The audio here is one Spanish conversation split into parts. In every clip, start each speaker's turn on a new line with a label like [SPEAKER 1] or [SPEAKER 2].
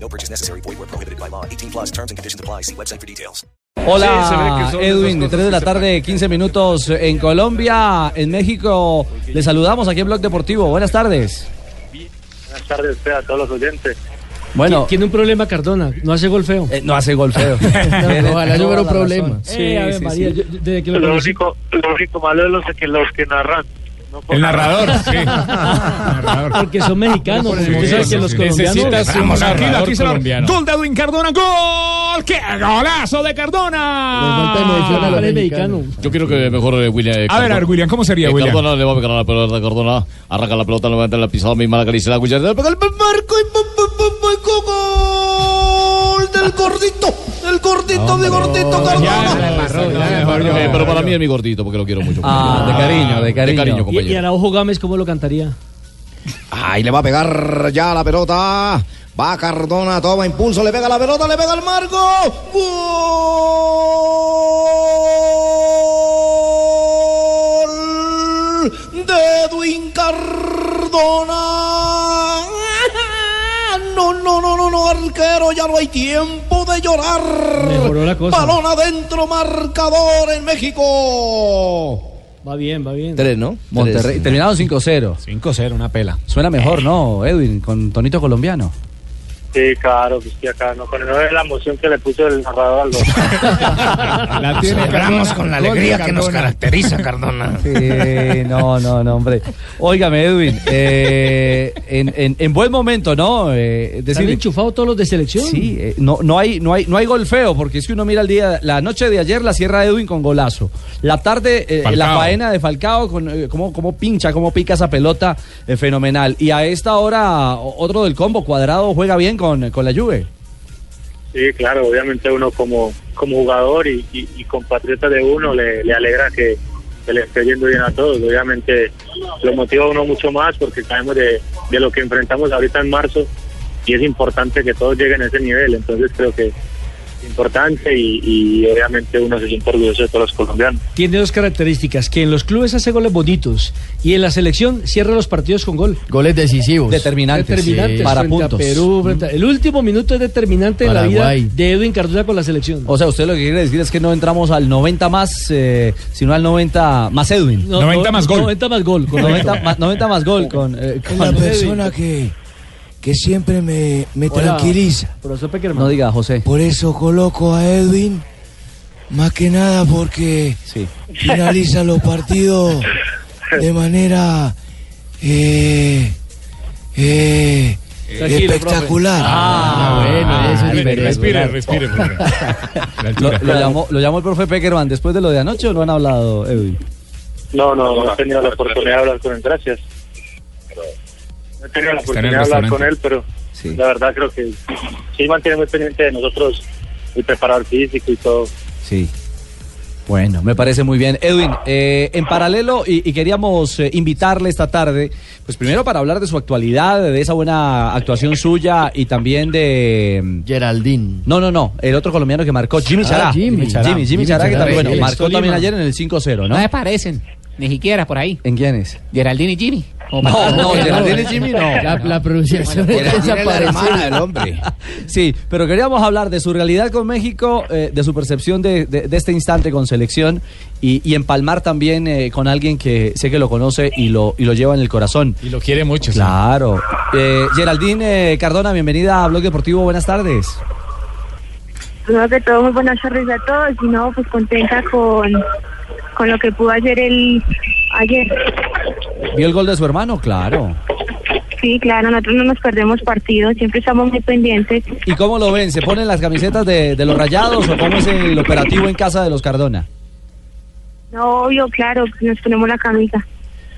[SPEAKER 1] No purchase necessary. Void where prohibited by law. 18 plus terms and conditions apply. See website for details.
[SPEAKER 2] Sí, se ve
[SPEAKER 3] Hola
[SPEAKER 2] que son esas
[SPEAKER 3] Edwin,
[SPEAKER 2] cosas
[SPEAKER 3] 3 de
[SPEAKER 2] que
[SPEAKER 3] la
[SPEAKER 2] se
[SPEAKER 3] tarde, 15 minutos en Colombia, en México. Les saludamos aquí en Blog Deportivo. Buenas tardes.
[SPEAKER 4] Buenas tardes a usted, a todos los oyentes.
[SPEAKER 3] Bueno,
[SPEAKER 5] Tiene un problema Cardona, no hace gol feo.
[SPEAKER 3] eh, no hace gol feo. Tiene toda
[SPEAKER 5] ojalá yo hubiera un
[SPEAKER 3] la
[SPEAKER 5] problema.
[SPEAKER 3] razón. Eh,
[SPEAKER 5] Sí, a ver,
[SPEAKER 3] sí,
[SPEAKER 5] María,
[SPEAKER 3] sí.
[SPEAKER 5] yo- yo- desde que lo
[SPEAKER 4] Lo
[SPEAKER 5] conocí.
[SPEAKER 4] único, lo único malo es los que, los que narran. No
[SPEAKER 6] El
[SPEAKER 4] puedo-
[SPEAKER 6] narrador, sí. El narrador.
[SPEAKER 5] Porque son mexicanos,
[SPEAKER 6] Sí,
[SPEAKER 5] porque tú sabes
[SPEAKER 6] sí,
[SPEAKER 5] que los
[SPEAKER 6] sí.
[SPEAKER 5] colombianos...
[SPEAKER 6] Necesitas un
[SPEAKER 5] Vamos,
[SPEAKER 6] narrador
[SPEAKER 5] tranquilo, aquí se lo-
[SPEAKER 6] colombiano. Gol de Edwin Cardona, gol. ¡Qué golazo de Cardona!
[SPEAKER 7] Le falta
[SPEAKER 3] Ah,
[SPEAKER 7] emoción a los
[SPEAKER 5] Eres
[SPEAKER 7] mexicanos.
[SPEAKER 5] mexicano.
[SPEAKER 8] Yo quiero que mejor eh, William. eh,
[SPEAKER 6] A ver,
[SPEAKER 8] Cardona-
[SPEAKER 6] a ver, William, ¿cómo sería,
[SPEAKER 8] eh,
[SPEAKER 6] William?
[SPEAKER 8] Cardona le va a pegar a la pelota a Cardona. Arranca la pelota, levanta la pisada, misma la caricia la cuchara. Pega el marco y pum, pum, pum, pum, pum, gol del gordito. El gordito, mi gordito, Cardona. Eh, Pero para mí es mi gordito porque lo quiero mucho.
[SPEAKER 3] Ah, de cariño, de cariño.
[SPEAKER 8] De cariño,
[SPEAKER 5] Y, y
[SPEAKER 8] compañero.
[SPEAKER 5] Araujo Gámez, ¿cómo lo cantaría?
[SPEAKER 9] Ahí le va a pegar ya la pelota. Va Cardona, toma impulso, le pega la pelota, le pega al marco. ¡Gol! De Edwin Cardona. No, no, no, no, no, arquero, ya no hay tiempo de llorar.
[SPEAKER 5] Mejoró la cosa.
[SPEAKER 9] Balón adentro, marcador en México.
[SPEAKER 5] Va bien, va bien.
[SPEAKER 3] Tres, ¿no? Monterrey. Terminado 5-0.
[SPEAKER 6] 5-0, una pela.
[SPEAKER 3] Suena mejor, ¿no, Edwin? Con tonito colombiano.
[SPEAKER 4] Sí, claro, que estoy acá. No, pero no es la emoción que le puso el narrador al gol.
[SPEAKER 6] La tiene
[SPEAKER 7] Celebramos con la alegría que nos caracteriza, Cardona.
[SPEAKER 3] Sí, no, no, no, hombre. Óigame, Edwin, eh, en, en- en buen momento, ¿no? Eh,
[SPEAKER 5] ¿Se han
[SPEAKER 3] decir,
[SPEAKER 5] enchufado todos los de selección?
[SPEAKER 3] Sí, eh, no, no, hay, no, hay, no hay gol feo, porque es que uno mira el día, la noche de ayer la cierra Edwin con golazo. La tarde, eh,
[SPEAKER 6] Falcao.
[SPEAKER 3] la faena de Falcao, con, eh, cómo, cómo pincha, cómo pica esa pelota, eh, fenomenal. Y a esta hora, o- otro del combo, Cuadrado juega bien con, con la Juve.
[SPEAKER 4] Sí, claro, obviamente uno como, como jugador y, y, y compatriota de uno le, le alegra que, que le esté yendo bien a todos. Obviamente lo motiva a uno mucho más porque sabemos de, de lo que enfrentamos ahorita en marzo y es importante que todos lleguen a ese nivel. Entonces creo que es importante y, y obviamente uno se siente orgulloso de todos los colombianos.
[SPEAKER 5] Tiene dos características, que en los clubes hace goles bonitos y en la selección cierra los partidos con gol.
[SPEAKER 7] Goles decisivos.
[SPEAKER 3] Determinantes.
[SPEAKER 5] Determinante
[SPEAKER 3] Sí. Para
[SPEAKER 5] frente a
[SPEAKER 3] puntos.
[SPEAKER 5] Perú, frente a- El último minuto es determinante en la vida
[SPEAKER 7] Paraguay.
[SPEAKER 5] de Edwin Cardona con la selección.
[SPEAKER 3] O sea, usted lo que quiere decir es que no entramos al 90 más, eh, sino al 90 más Edwin.
[SPEAKER 5] No,
[SPEAKER 6] 90
[SPEAKER 5] no,
[SPEAKER 6] más gol.
[SPEAKER 5] 90 más gol. correcto.
[SPEAKER 3] 90 más, 90 más gol con, eh, con-
[SPEAKER 7] Una Uh, persona que, que siempre me, me
[SPEAKER 5] Hola,
[SPEAKER 7] tranquiliza.
[SPEAKER 5] Profesor Peckerman.
[SPEAKER 3] No diga, José.
[SPEAKER 7] Por eso coloco a Edwin. Más que nada porque
[SPEAKER 3] Sí.
[SPEAKER 7] finaliza los partidos de manera eh, eh,
[SPEAKER 5] Tranquilo,
[SPEAKER 7] espectacular.
[SPEAKER 3] Ah,
[SPEAKER 7] eso es
[SPEAKER 6] Respire,
[SPEAKER 7] diferente.
[SPEAKER 6] respire, respire. profe. La
[SPEAKER 3] Lo,
[SPEAKER 6] altura.
[SPEAKER 3] lo llamó, lo llamó el profe Peckerman después de lo de anoche o no han hablado, Edwin.
[SPEAKER 4] No, no, no he tenido la oportunidad de hablar con él, gracias. No he tenido la
[SPEAKER 6] Está en el
[SPEAKER 4] oportunidad de hablar con
[SPEAKER 6] restaurante.
[SPEAKER 4] él, pero
[SPEAKER 3] Sí.
[SPEAKER 4] la verdad creo que sí mantiene muy pendiente de nosotros el preparador físico y todo.
[SPEAKER 3] Sí. Bueno, me parece muy bien. Edwin, eh, en paralelo, y, y queríamos eh, invitarle esta tarde, pues primero para hablar de su actualidad, de esa buena actuación suya y también de... mm,
[SPEAKER 7] Geraldine.
[SPEAKER 3] No, no, no, el otro colombiano que marcó, Jimmy Chará.
[SPEAKER 7] Ah, Jimmy Chará.
[SPEAKER 3] Jimmy,
[SPEAKER 7] Jimmy Ah.
[SPEAKER 3] Chará, que
[SPEAKER 7] Chará,
[SPEAKER 3] también, bueno,
[SPEAKER 7] sí.
[SPEAKER 3] marcó
[SPEAKER 5] Tolima.
[SPEAKER 3] también ayer en el 5-0, ¿no?
[SPEAKER 7] parecen, ni siquiera por ahí.
[SPEAKER 3] ¿En quiénes?
[SPEAKER 7] Geraldine y Jimmy.
[SPEAKER 3] No, no, Geraldine y Jimmy no.
[SPEAKER 7] La, la pronunciación es desaparecida.
[SPEAKER 9] hombre.
[SPEAKER 3] Sí, pero queríamos hablar de su realidad con México, eh, de su percepción de, de- de este instante con selección y, y empalmar también eh, con alguien que sé que lo conoce y lo, y lo lleva en el corazón.
[SPEAKER 6] Y lo quiere mucho. sí.
[SPEAKER 3] Claro. Eh, Geraldine eh, Cardona, bienvenida a Blog Deportivo, buenas tardes.
[SPEAKER 10] Primero que todo, muy buenas tardes a todos y no, pues contenta con, con lo que pudo hacer el ayer.
[SPEAKER 3] ¿Vio el gol de su hermano? Claro.
[SPEAKER 10] Sí, claro, nosotros no nos perdemos partidos, siempre estamos muy pendientes.
[SPEAKER 3] ¿Y cómo lo ven? ¿Se ponen las camisetas de, de los rayados o cómo es el operativo en casa de los Cardona?
[SPEAKER 10] No, obvio, claro, nos ponemos la camisa.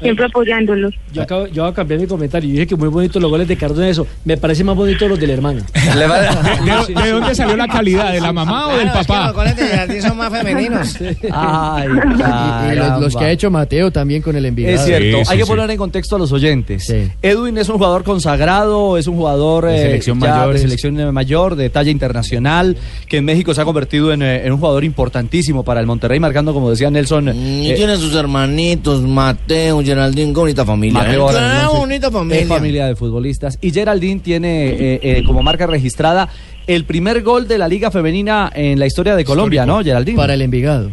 [SPEAKER 10] siempre apoyándolos.
[SPEAKER 5] Yo, acabo, yo voy a cambiar mi comentario. Yo dije que muy bonitos los goles de Cardona eso. Me parece más bonito los del hermano.
[SPEAKER 6] ¿De, de dónde salió la calidad? ¿De la mamá o del
[SPEAKER 2] Claro, es que
[SPEAKER 6] papá?
[SPEAKER 2] los goles de Jardín son más femeninos.
[SPEAKER 3] Ay,
[SPEAKER 2] Y- y los, los que ha hecho Mateo también con el Envigado.
[SPEAKER 3] Es cierto, hay que poner en contexto a los oyentes. Edwin es un jugador consagrado, es un jugador
[SPEAKER 2] De
[SPEAKER 3] eh,
[SPEAKER 2] selección
[SPEAKER 3] ya de
[SPEAKER 2] mayores.
[SPEAKER 3] selección eh, mayor, de talla internacional, que en México se ha convertido en, eh, en un jugador importantísimo para el Monterrey, marcando, como decía Nelson. eh,
[SPEAKER 9] Y Mm, tiene sus hermanitos, Mateo, Geraldín, qué bonita familia. ¿eh?
[SPEAKER 3] Mateo
[SPEAKER 9] Qué
[SPEAKER 3] Arango, sí.
[SPEAKER 9] bonita familia.
[SPEAKER 3] Es familia de futbolistas. Y Geraldine tiene eh, eh, como marca registrada el primer gol de la Liga Femenina en la historia de Colombia, ¿no, Geraldine? Para
[SPEAKER 2] el Envigado.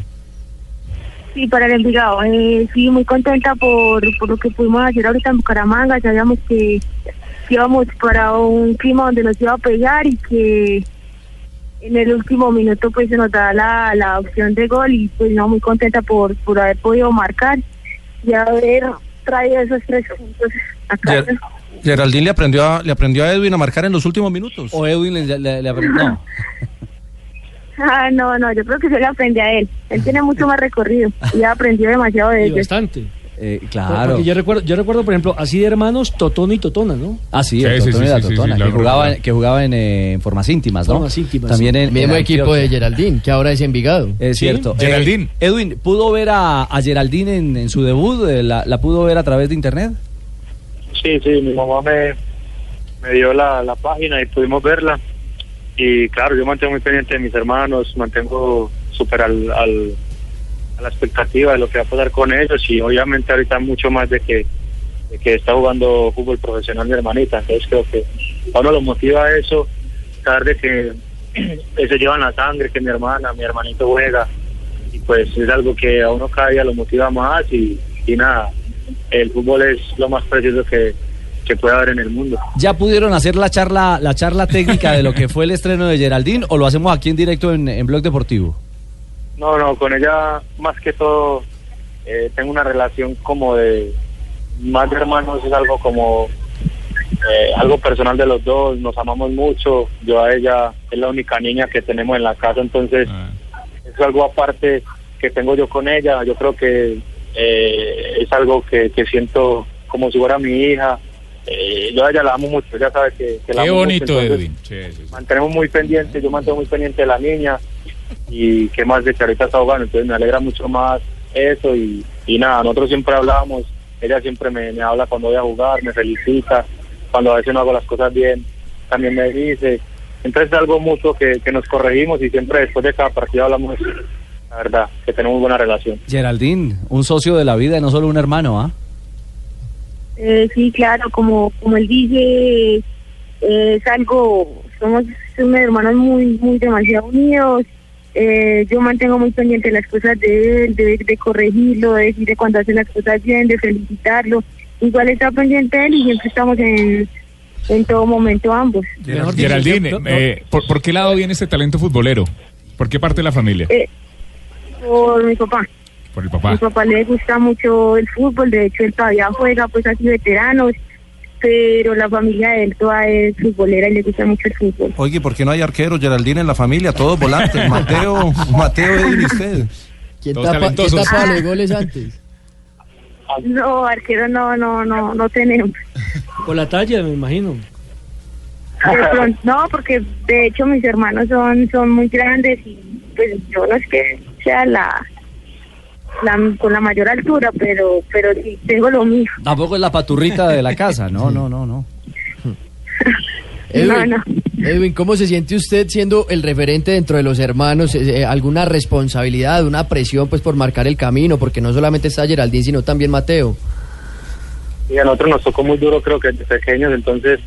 [SPEAKER 10] Sí, para el Envigado. Eh, sí, muy contenta por, por lo que pudimos hacer ahorita en Bucaramanga. Sabíamos que íbamos para un clima donde nos iba a pegar y que en el último minuto pues se nos da la, la opción de gol y pues no, muy contenta por, por haber podido marcar y haber traído esos tres puntos a casa.
[SPEAKER 11] Ger- Geraldine le aprendió, a, le aprendió a Edwin a marcar en los últimos minutos.
[SPEAKER 3] O Edwin le, aprendió.
[SPEAKER 10] Ah, no, no, yo creo que se le aprendí a él. Él tiene mucho más recorrido y ha aprendido demasiado de
[SPEAKER 5] Y
[SPEAKER 10] ellos.
[SPEAKER 5] bastante.
[SPEAKER 3] Eh, claro.
[SPEAKER 5] Porque yo recuerdo, yo recuerdo, por ejemplo, así de hermanos, Totona y Totona, ¿no?
[SPEAKER 3] Ah, sí,
[SPEAKER 5] Sí,
[SPEAKER 3] el
[SPEAKER 5] sí,
[SPEAKER 3] Totón
[SPEAKER 5] sí,
[SPEAKER 3] y la
[SPEAKER 5] sí, sí, sí,
[SPEAKER 3] Totona,
[SPEAKER 5] la
[SPEAKER 3] que,
[SPEAKER 5] verdad.
[SPEAKER 3] jugaba, en- que jugaba en, eh, en formas íntimas, ¿no?
[SPEAKER 5] Formas íntimas,
[SPEAKER 3] También
[SPEAKER 5] sí.
[SPEAKER 3] en,
[SPEAKER 5] Mismo
[SPEAKER 3] en
[SPEAKER 5] equipo
[SPEAKER 3] Antioquia.
[SPEAKER 2] De Geraldín, que ahora es Envigado.
[SPEAKER 3] Es cierto.
[SPEAKER 2] Sí.
[SPEAKER 3] Eh, Edwin, ¿pudo ver a, a Geraldine en, en su debut? Eh, ¿La, la pudo ver a través de internet?
[SPEAKER 4] Sí, sí, mi mamá me, me dio la, la página y pudimos verla. Y claro, yo mantengo muy pendiente de mis hermanos, mantengo súper al, al- a la expectativa de lo que va a pasar con ellos y obviamente ahorita mucho más de que, de que está jugando fútbol profesional mi hermanita. Entonces creo que a uno lo motiva eso, saber de que eh, se llevan la sangre, que mi hermana, mi hermanito juega. Y pues es algo que a uno cada día lo motiva más y, y nada, el fútbol es lo más precioso que, que puede haber en el mundo.
[SPEAKER 3] ¿Ya pudieron hacer la charla, la charla técnica de lo que fue el estreno de Geraldine o lo hacemos aquí en directo en, en Blog Deportivo?
[SPEAKER 4] No, no, con ella más que todo eh, tengo una relación como de más de hermanos, es algo como eh, algo personal de los dos, nos amamos mucho, yo a ella es la única niña que tenemos en la casa, entonces
[SPEAKER 6] Ah.
[SPEAKER 4] es algo aparte que tengo yo con ella, yo creo que eh, es algo que, que siento como si fuera mi hija, Eh, yo a ella la amo mucho, ella sabe que, que la
[SPEAKER 6] Qué
[SPEAKER 4] amo mucho,
[SPEAKER 6] bonito,
[SPEAKER 4] entonces,
[SPEAKER 6] Edwin. Sí, sí, sí.
[SPEAKER 4] mantenemos muy pendiente, yo mantengo muy pendiente de la niña y que más de que ahorita está ahogando, entonces me alegra mucho más eso y, y nada, nosotros siempre hablábamos, ella siempre me, me habla cuando voy a jugar, me felicita, cuando a veces no hago las cosas bien, también me dice, entonces es algo mucho que, que nos corregimos y siempre después de cada partido hablamos, la verdad, que tenemos buena relación.
[SPEAKER 3] Geraldine, un socio de la vida y no solo un hermano, ¿ah?
[SPEAKER 10] Eh, sí, claro, como como él dice, eh, es algo, somos unos hermanos muy, muy demasiado unidos. Eh, yo mantengo muy pendiente las cosas de él, de, de corregirlo, de decirle cuando hace las cosas bien, de felicitarlo. Igual está pendiente él y siempre estamos en, en todo momento ambos.
[SPEAKER 6] Geraldine, eh, ¿por, por qué lado viene este talento futbolero? ¿Por qué parte de la familia?
[SPEAKER 10] Eh, por mi papá.
[SPEAKER 6] Por el
[SPEAKER 10] A mi
[SPEAKER 6] papá.
[SPEAKER 10] papá le gusta mucho el fútbol, de hecho él todavía juega, pues así veteranos, pero la familia de él toda es futbolera y le gusta mucho el fútbol.
[SPEAKER 11] Oye, ¿por qué no hay arquero Geraldine en la familia? Todos volantes. Mateo, Mateo, Edwin y usted.
[SPEAKER 2] ¿Quién tapa, quién tapa
[SPEAKER 3] Ah.
[SPEAKER 2] los goles antes?
[SPEAKER 10] No, arquero no, no, no, no tenemos.
[SPEAKER 5] Por la talla, me imagino.
[SPEAKER 10] De pronto, no, porque de hecho mis hermanos son, son muy grandes y pues yo no es que sea la, la con la mayor altura, pero, pero sí tengo lo mismo.
[SPEAKER 3] Tampoco es la paturrita de la casa, no, no, no, no.
[SPEAKER 2] Edwin, Edwin, ¿cómo se siente usted siendo el referente dentro de los hermanos? Eh, eh, ¿Alguna responsabilidad, una presión pues por marcar el camino? Porque no solamente está Geraldine, sino también Mateo.
[SPEAKER 4] y a nosotros nos tocó muy duro creo que desde pequeños, entonces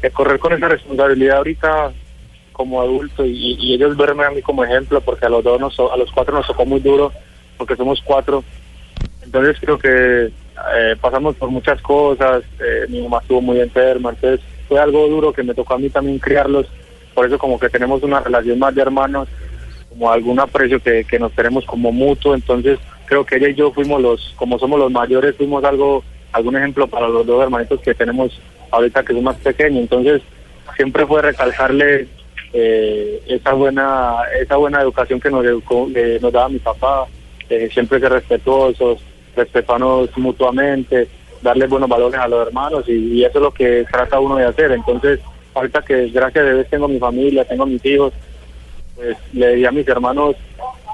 [SPEAKER 4] de correr con esa responsabilidad ahorita como adulto y, y ellos verme a mí como ejemplo porque a los dos nos, to- a los cuatro nos tocó muy duro porque somos cuatro entonces creo que eh, pasamos por muchas cosas eh, mi mamá estuvo muy enferma entonces fue algo duro que me tocó a mí también criarlos por eso como que tenemos una relación más de hermanos como algún aprecio que, que nos tenemos como mutuo entonces creo que ella y yo fuimos los como somos los mayores fuimos algo algún ejemplo para los dos hermanitos que tenemos ahorita que son más pequeños. Entonces, siempre fue recalcarle eh, esa buena esa buena educación que nos, educó- que nos daba mi papá, eh, siempre ser respetuosos, respetarnos mutuamente, darles buenos valores a los hermanos y, y eso es lo que trata uno de hacer. Entonces, ahorita que gracias a Dios tengo mi familia, tengo mis hijos, pues le di a mis hermanos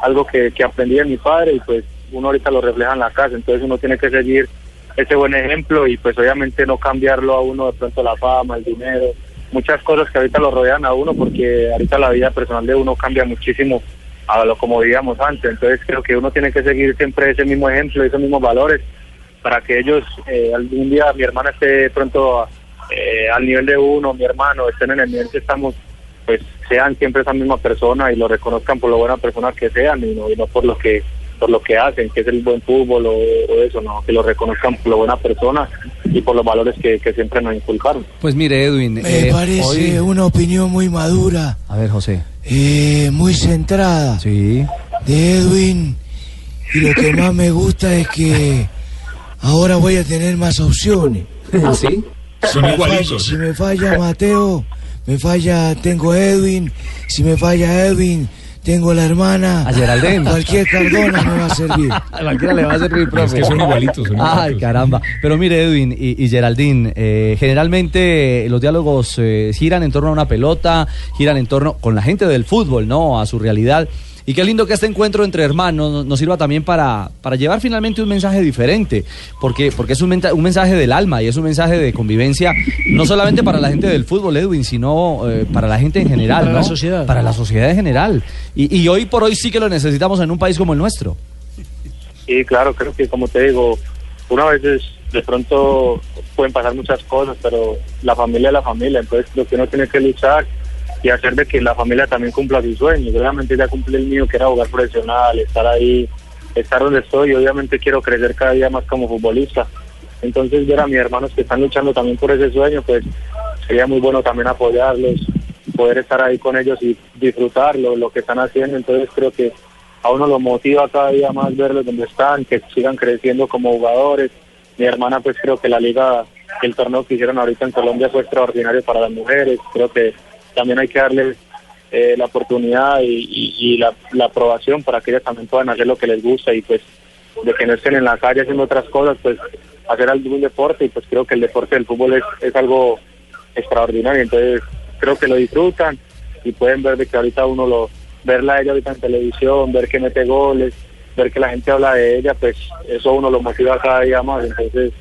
[SPEAKER 4] algo que, que aprendí de mi padre y pues uno ahorita lo refleja en la casa, entonces uno tiene que seguir ese buen ejemplo y pues obviamente no cambiarlo a uno de pronto la fama, el dinero, muchas cosas que ahorita lo rodean a uno porque ahorita la vida personal de uno cambia muchísimo a lo como vivíamos antes, entonces creo que uno tiene que seguir siempre ese mismo ejemplo, esos mismos valores para que ellos eh, algún día mi hermana esté pronto eh, al nivel de uno, mi hermano, estén en el nivel que estamos, pues sean siempre esa misma persona y lo reconozcan por lo buena persona que sean y no, y no por lo que por lo que hacen, que es el buen fútbol o, o eso, no, que lo reconozcan por lo buena persona y por los valores que, que siempre nos inculcaron.
[SPEAKER 3] Pues mire, Edwin.
[SPEAKER 7] Me
[SPEAKER 3] eh,
[SPEAKER 7] parece
[SPEAKER 3] hoy-
[SPEAKER 7] una opinión muy madura,
[SPEAKER 3] A ver, José.
[SPEAKER 7] eh, muy centrada
[SPEAKER 3] Sí.
[SPEAKER 7] de Edwin. Y lo que más me gusta es que ahora voy a tener más opciones.
[SPEAKER 3] ¿Ah, sí?
[SPEAKER 7] Si me, falla, si me falla Mateo, me falla, tengo Edwin. Si me falla Edwin, tengo la hermana.
[SPEAKER 3] A Geraldine.
[SPEAKER 7] Cualquier Cardona me va a servir.
[SPEAKER 3] A cualquiera le va a servir, profe.
[SPEAKER 12] Es que son igualitos, son
[SPEAKER 3] Ay, caramba. Pero mire, Edwin y, y Geraldine, eh, generalmente los diálogos eh, giran en torno a una pelota, giran en torno con la gente del fútbol, ¿no? A su realidad. Y qué lindo que este encuentro entre hermanos nos- nos sirva también para, para llevar finalmente un mensaje diferente, porque, porque es un, menta- un mensaje del alma y es un mensaje de convivencia, no solamente para la gente del fútbol, Edwin, sino eh, para la gente en general.
[SPEAKER 5] Para la
[SPEAKER 3] ¿no?
[SPEAKER 5] sociedad.
[SPEAKER 3] Para la sociedad en general. Y- y hoy por hoy sí que lo necesitamos en un país como el nuestro.
[SPEAKER 4] Sí, claro, creo que como te digo, una veces de pronto pueden pasar muchas cosas, pero la familia es la familia, entonces lo que uno tiene que luchar y hacer de que la familia también cumpla sus sueños. Obviamente ya cumplí el mío, que era jugar profesional, estar ahí, estar donde estoy, obviamente quiero crecer cada día más como futbolista. Entonces ver a mis hermanos que están luchando también por ese sueño, pues sería muy bueno también apoyarlos, poder estar ahí con ellos y disfrutar lo, lo que están haciendo, entonces creo que a uno lo motiva cada día más verlos donde están, que sigan creciendo como jugadores. Mi hermana, pues creo que la liga, el torneo que hicieron ahorita en Colombia fue extraordinario para las mujeres. Creo que también hay que darles eh, la oportunidad y, y- y la, la aprobación para que ellas también puedan hacer lo que les gusta y pues de que no estén en la calle haciendo otras cosas, pues hacer algún deporte y pues creo que el deporte del fútbol es, es algo extraordinario. Entonces creo que lo disfrutan y pueden ver de que ahorita uno lo verla a ella ahorita en televisión, ver que mete goles, ver que la gente habla de ella, pues eso uno lo motiva cada día más. Entonces,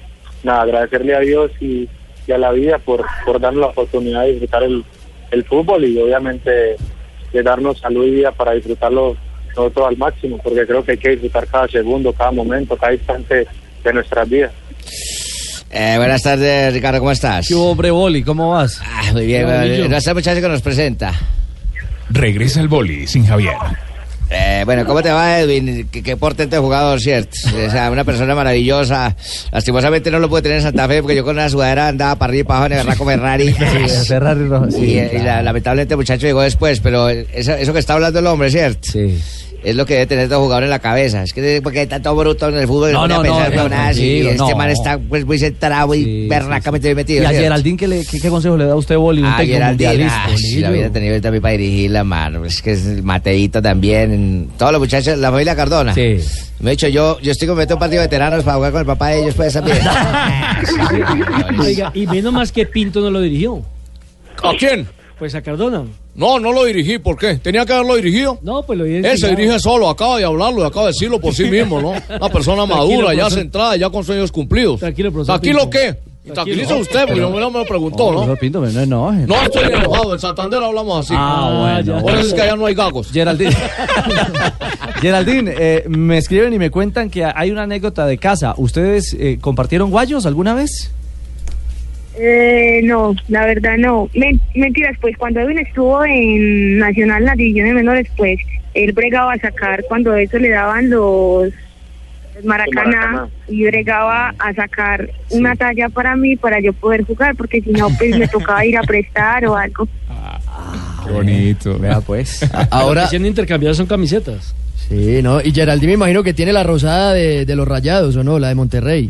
[SPEAKER 4] nada, agradecerle a Dios y, y a la vida por, por darnos la oportunidad de disfrutar el, el fútbol y obviamente de darnos salud y vida para disfrutarlo nosotros al máximo, porque creo que hay que disfrutar cada segundo, cada momento, cada instante de nuestras vidas.
[SPEAKER 13] Eh, buenas tardes, Ricardo, ¿cómo estás?
[SPEAKER 3] ¿Qué hombre, Boli? ¿Cómo vas?
[SPEAKER 13] muy bien,
[SPEAKER 12] Qué bolillo.
[SPEAKER 13] eh, gracias muchacho que nos presenta.
[SPEAKER 12] Regresa el boli sin Javier.
[SPEAKER 13] Eh, bueno, ¿cómo te va, Edwin? Qué, qué portento de jugador, ¿cierto? O sea, una persona maravillosa. Lastimosamente no lo pude tener en Santa Fe porque yo con una sudadera andaba para arriba y para abajo en el barraco Ferrari.
[SPEAKER 3] Ferrari rojo, sí,
[SPEAKER 13] y, eh, y la-
[SPEAKER 3] claro.
[SPEAKER 13] lamentablemente el muchacho llegó después, pero eso, eso que está hablando el hombre, ¿cierto?
[SPEAKER 3] Sí.
[SPEAKER 13] Es lo que debe tener todo jugador en la cabeza. Es que porque hay tanto bruto en el fútbol que
[SPEAKER 3] No,
[SPEAKER 13] no,
[SPEAKER 3] no,
[SPEAKER 13] pone a
[SPEAKER 3] no,
[SPEAKER 13] pensar
[SPEAKER 3] no,
[SPEAKER 13] en nada. así.
[SPEAKER 3] tranquilo,
[SPEAKER 13] este
[SPEAKER 3] no.
[SPEAKER 13] man está pues, muy centrado, muy berracamente metido.
[SPEAKER 3] ¿Y a
[SPEAKER 13] ¿cierto?
[SPEAKER 3] Geraldine ¿qué, le- qué- qué consejo le da a usted, Boli? Un
[SPEAKER 13] Ayer
[SPEAKER 3] técnico
[SPEAKER 13] al día,
[SPEAKER 3] mundialista.
[SPEAKER 13] ah, si la hubiera tenido también para dirigir la mano. Es que es el Mateito también. Todos los muchachos, la familia Cardona. Sí. Me he hecho, yo, yo estoy cometiendo un partido de veteranos para jugar con el papá de ellos, pues también.
[SPEAKER 5] Oiga, y menos más que Pinto no lo dirigió.
[SPEAKER 8] ¿A quién?
[SPEAKER 5] Pues a Cardona.
[SPEAKER 8] No, no lo dirigí, ¿por qué? ¿Tenía que haberlo dirigido?
[SPEAKER 5] No, pues lo dirige.
[SPEAKER 8] Él se dirige solo, acaba de hablarlo y acaba de decirlo por sí mismo, ¿no? Una persona
[SPEAKER 5] Tranquilo,
[SPEAKER 8] madura, ya
[SPEAKER 5] profesor.
[SPEAKER 8] centrada, ya con sueños cumplidos. Tranquilo,
[SPEAKER 5] profesor
[SPEAKER 8] ¿Tranquilo
[SPEAKER 5] Pinto.
[SPEAKER 8] qué? Tranquiliza usted, porque
[SPEAKER 3] Pero-
[SPEAKER 8] no me lo- me lo preguntó,
[SPEAKER 3] No,
[SPEAKER 8] ¿no?
[SPEAKER 3] Oh, profesor Pinto, no enoje.
[SPEAKER 8] No estoy enojado, en Santander hablamos así.
[SPEAKER 3] Ah, bueno.
[SPEAKER 8] Por eso es que allá no hay gagos.
[SPEAKER 3] Geraldine, Geraldine eh, me escriben y me cuentan que hay una anécdota de casa. ¿Ustedes eh, compartieron guayos alguna vez?
[SPEAKER 10] Eh, no, la verdad no. Men- mentiras, pues cuando Edwin estuvo en Nacional, las divisiones menores, pues él bregaba a sacar cuando eso le daban los, los maracaná,
[SPEAKER 4] maracaná.
[SPEAKER 10] y bregaba a sacar una talla para mí para yo poder jugar, porque si no, pues me tocaba ir a prestar o algo.
[SPEAKER 12] bonito.
[SPEAKER 3] Vea, pues.
[SPEAKER 5] Ahora. siendo intercambiadas son camisetas.
[SPEAKER 2] Sí, ¿no? Y Geraldine me imagino que tiene la rosada de, de los rayados, ¿o no? La de Monterrey.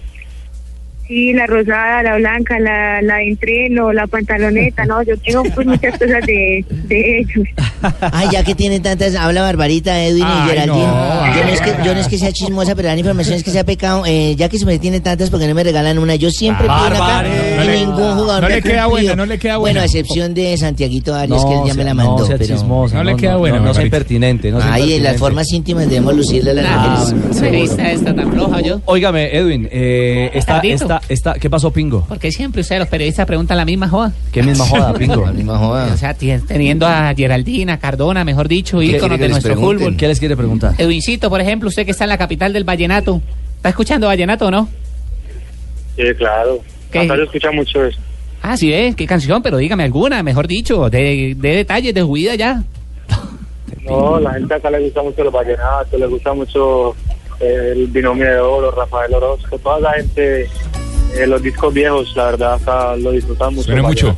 [SPEAKER 10] Sí, sí, la rosada, la blanca, la, la de entreno, la pantaloneta, no, yo tengo pues muchas cosas de, de ellos.
[SPEAKER 14] Ay, ya que tiene tantas, habla Barbarita, Edwin
[SPEAKER 10] Ay,
[SPEAKER 14] y Geraldine.
[SPEAKER 10] no.
[SPEAKER 14] yo, no es que, yo no es que sea chismosa, pero la información es que sea pecado. Eh, ya que se me tiene tantas, porque no me regalan una? Yo siempre pido una acá
[SPEAKER 12] Barbarita.
[SPEAKER 14] y
[SPEAKER 12] No le-
[SPEAKER 14] ningún jugador
[SPEAKER 12] no
[SPEAKER 14] me
[SPEAKER 12] le
[SPEAKER 14] ha
[SPEAKER 12] queda
[SPEAKER 14] cumplido.
[SPEAKER 12] buena, no le queda
[SPEAKER 14] Bueno,
[SPEAKER 12] buena.
[SPEAKER 14] a excepción de Santiaguito Arias,
[SPEAKER 3] No
[SPEAKER 14] que él ya me
[SPEAKER 3] sea-
[SPEAKER 14] la
[SPEAKER 3] no
[SPEAKER 14] mandó.
[SPEAKER 3] sea
[SPEAKER 14] pero...
[SPEAKER 3] chismosa, No le no, queda no, buena, no, no sea Barbarita. impertinente, no sea
[SPEAKER 14] Ay, en las
[SPEAKER 3] impertinente. Ah,
[SPEAKER 14] formas íntimas debemos lucirle a las
[SPEAKER 12] Ah,
[SPEAKER 13] Ah,
[SPEAKER 14] mujeres.
[SPEAKER 15] esta tan floja yo.
[SPEAKER 3] Óigame, Edwin, eh, esta,
[SPEAKER 15] Tardito.
[SPEAKER 3] esta, esta, ¿qué pasó, Pingo?
[SPEAKER 15] Porque siempre ustedes los periodistas preguntan la misma joda.
[SPEAKER 3] ¿Qué misma joda, Pingo?
[SPEAKER 15] O sea, ti- teniendo a Geraldina, Cardona, mejor dicho,
[SPEAKER 3] ¿Qué quiere
[SPEAKER 15] íconos
[SPEAKER 3] que
[SPEAKER 15] de
[SPEAKER 3] les
[SPEAKER 15] nuestro
[SPEAKER 3] pregunten?
[SPEAKER 15] fútbol.
[SPEAKER 3] ¿Qué les quiere preguntar?
[SPEAKER 15] Edwincito, por ejemplo, usted que está en la capital del vallenato. ¿Está escuchando vallenato o no?
[SPEAKER 4] Sí, claro. Acá se escucha mucho eso.
[SPEAKER 15] Ah, sí, es. ¿Qué canción? Pero dígame alguna, mejor dicho. De, de detalles de su vida ya.
[SPEAKER 4] No, la gente acá le gusta mucho los vallenatos, le gusta mucho eh, el binomio de oro, Rafael Orozco, toda la gente, eh, los discos viejos, la verdad, acá lo disfrutan mucho.
[SPEAKER 12] Suena mucho.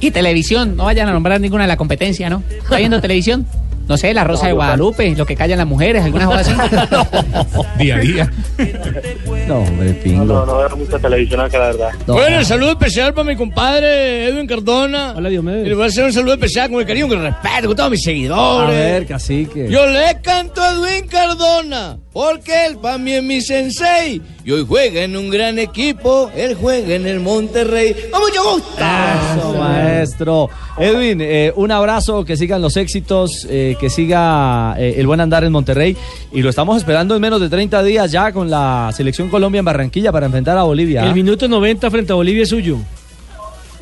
[SPEAKER 15] Y televisión. No vayan a nombrar ninguna de la competencia, ¿no? ¿Está viendo televisión? No sé, La Rosa de Guadalupe, lo que callan las mujeres, alguna joda así.
[SPEAKER 12] Día a día.
[SPEAKER 3] No, hombre, Pingo.
[SPEAKER 4] No, no veo mucha televisión acá, la verdad.
[SPEAKER 16] Bueno, el saludo especial para mi compadre Edwin Cardona. Hola, Diomedes. Y le voy a hacer un saludo especial con el cariño, con el respeto, con todos mis seguidores.
[SPEAKER 3] A ver, cacique.
[SPEAKER 16] Yo le canto a Edwin Cardona, porque él para mí es mi sensei. Y hoy juega en un gran equipo, él juega en el Monterrey. ¡A mucho gusto!
[SPEAKER 12] Ah.
[SPEAKER 3] Eso, maestro. Edwin, eh, un abrazo, que sigan los éxitos, eh, que siga eh, el buen andar en Monterrey. Y lo estamos esperando en menos de 30 días ya con la selección Colombia en Barranquilla para enfrentar a Bolivia.
[SPEAKER 5] El minuto 90 frente a Bolivia es suyo.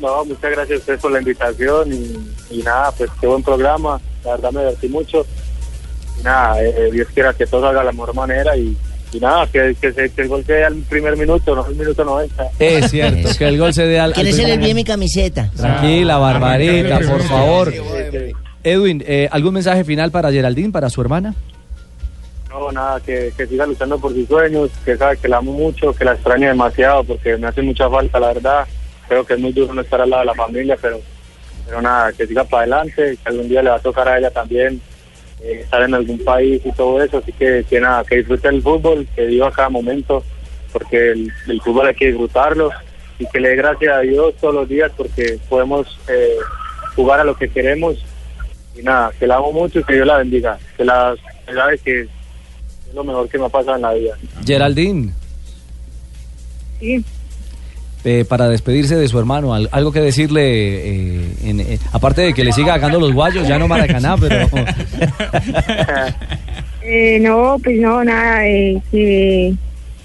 [SPEAKER 4] No, muchas gracias a ustedes por la invitación y, y nada, pues qué buen programa, la verdad me divertí mucho. Y nada, eh, Dios quiera que todo salga de la mejor manera y, y nada, que, que, se- que el gol sea al primer minuto, no al minuto 90.
[SPEAKER 3] Es cierto, que el gol se dé al.
[SPEAKER 14] Que
[SPEAKER 3] al
[SPEAKER 14] no se
[SPEAKER 3] primer-
[SPEAKER 14] le olvide mi camiseta.
[SPEAKER 3] Tranquila, Barbarita, por favor.
[SPEAKER 4] Eh,
[SPEAKER 3] Edwin, eh, ¿algún mensaje final para Geraldine, para su hermana?
[SPEAKER 4] No, nada, que, que siga luchando por sus sueños, que sabe que la amo mucho, que la extraño demasiado porque me hace mucha falta, la verdad. Creo que es muy duro no estar al lado de la familia, pero, pero nada, que siga para adelante, que algún día le va a tocar a ella también eh, estar en algún país y todo eso. Así que, que nada, que disfrute el fútbol, que viva cada momento, porque el, el fútbol hay que disfrutarlo y que le dé gracias a Dios todos los días porque podemos eh, jugar a lo que queremos. Y nada, que la amo mucho y que Dios la bendiga. Que la, que sabe que es lo mejor que me ha pasado en la vida.
[SPEAKER 3] Geraldine,
[SPEAKER 10] Sí.
[SPEAKER 3] eh, para despedirse de su hermano, al- algo que decirle, eh, en- eh, aparte de que le siga sacando los guayos, ya no Maracaná, pero
[SPEAKER 10] Eh, no, pues no, nada, eh, que,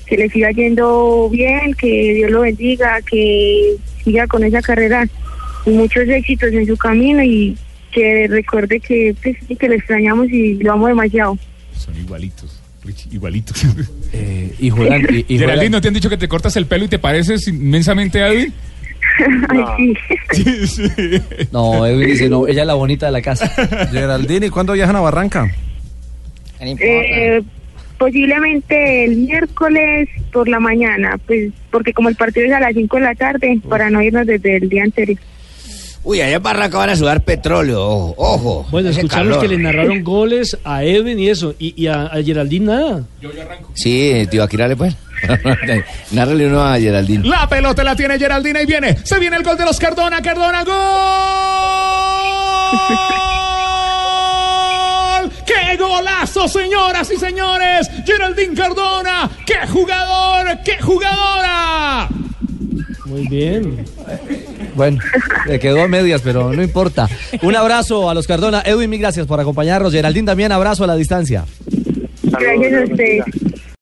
[SPEAKER 10] que le siga yendo bien, que Dios lo bendiga, que siga con esa carrera y muchos éxitos en su camino y que recuerde que, pues, sí, que le extrañamos y lo amo demasiado.
[SPEAKER 12] Son igualitos, Richie, igualitos.
[SPEAKER 3] eh, y
[SPEAKER 12] juegan.
[SPEAKER 3] y- y
[SPEAKER 12] Geraldine,
[SPEAKER 3] juegan-
[SPEAKER 12] ¿no te han dicho que te cortas el pelo y te pareces inmensamente a Edwin?
[SPEAKER 10] Ay,
[SPEAKER 12] Sí, sí.
[SPEAKER 3] no, Edwin dice, no, ella es la bonita de la casa. Geraldine, ¿y cuándo viajan a Barranca?
[SPEAKER 10] Eh, posiblemente el miércoles por la mañana, pues porque como el partido es a las 5 de la tarde, para no irnos desde el día anterior.
[SPEAKER 13] Uy, allá en Barranca van a sudar petróleo, ojo, ojo.
[SPEAKER 5] Bueno,
[SPEAKER 13] Hace
[SPEAKER 5] escuchamos
[SPEAKER 13] calor.
[SPEAKER 5] que le narraron goles a Edwin y eso, y, y a, a Geraldine nada.
[SPEAKER 13] Sí, tío, aquí dale pues. Nárrale uno a Geraldine.
[SPEAKER 12] La pelota la tiene Geraldina y viene. Se viene el gol de los Cardona. Cardona, gol. ¡Qué golazo, señoras y señores! Geraldine Cardona. ¡Qué jugador! ¡Qué jugadora!
[SPEAKER 5] Muy bien.
[SPEAKER 3] Bueno, le quedó a medias, pero no importa. Un abrazo a los Cardona. Edwin, mil gracias por acompañarnos. Geraldine, también abrazo a la distancia.
[SPEAKER 10] Gracias a ustedes.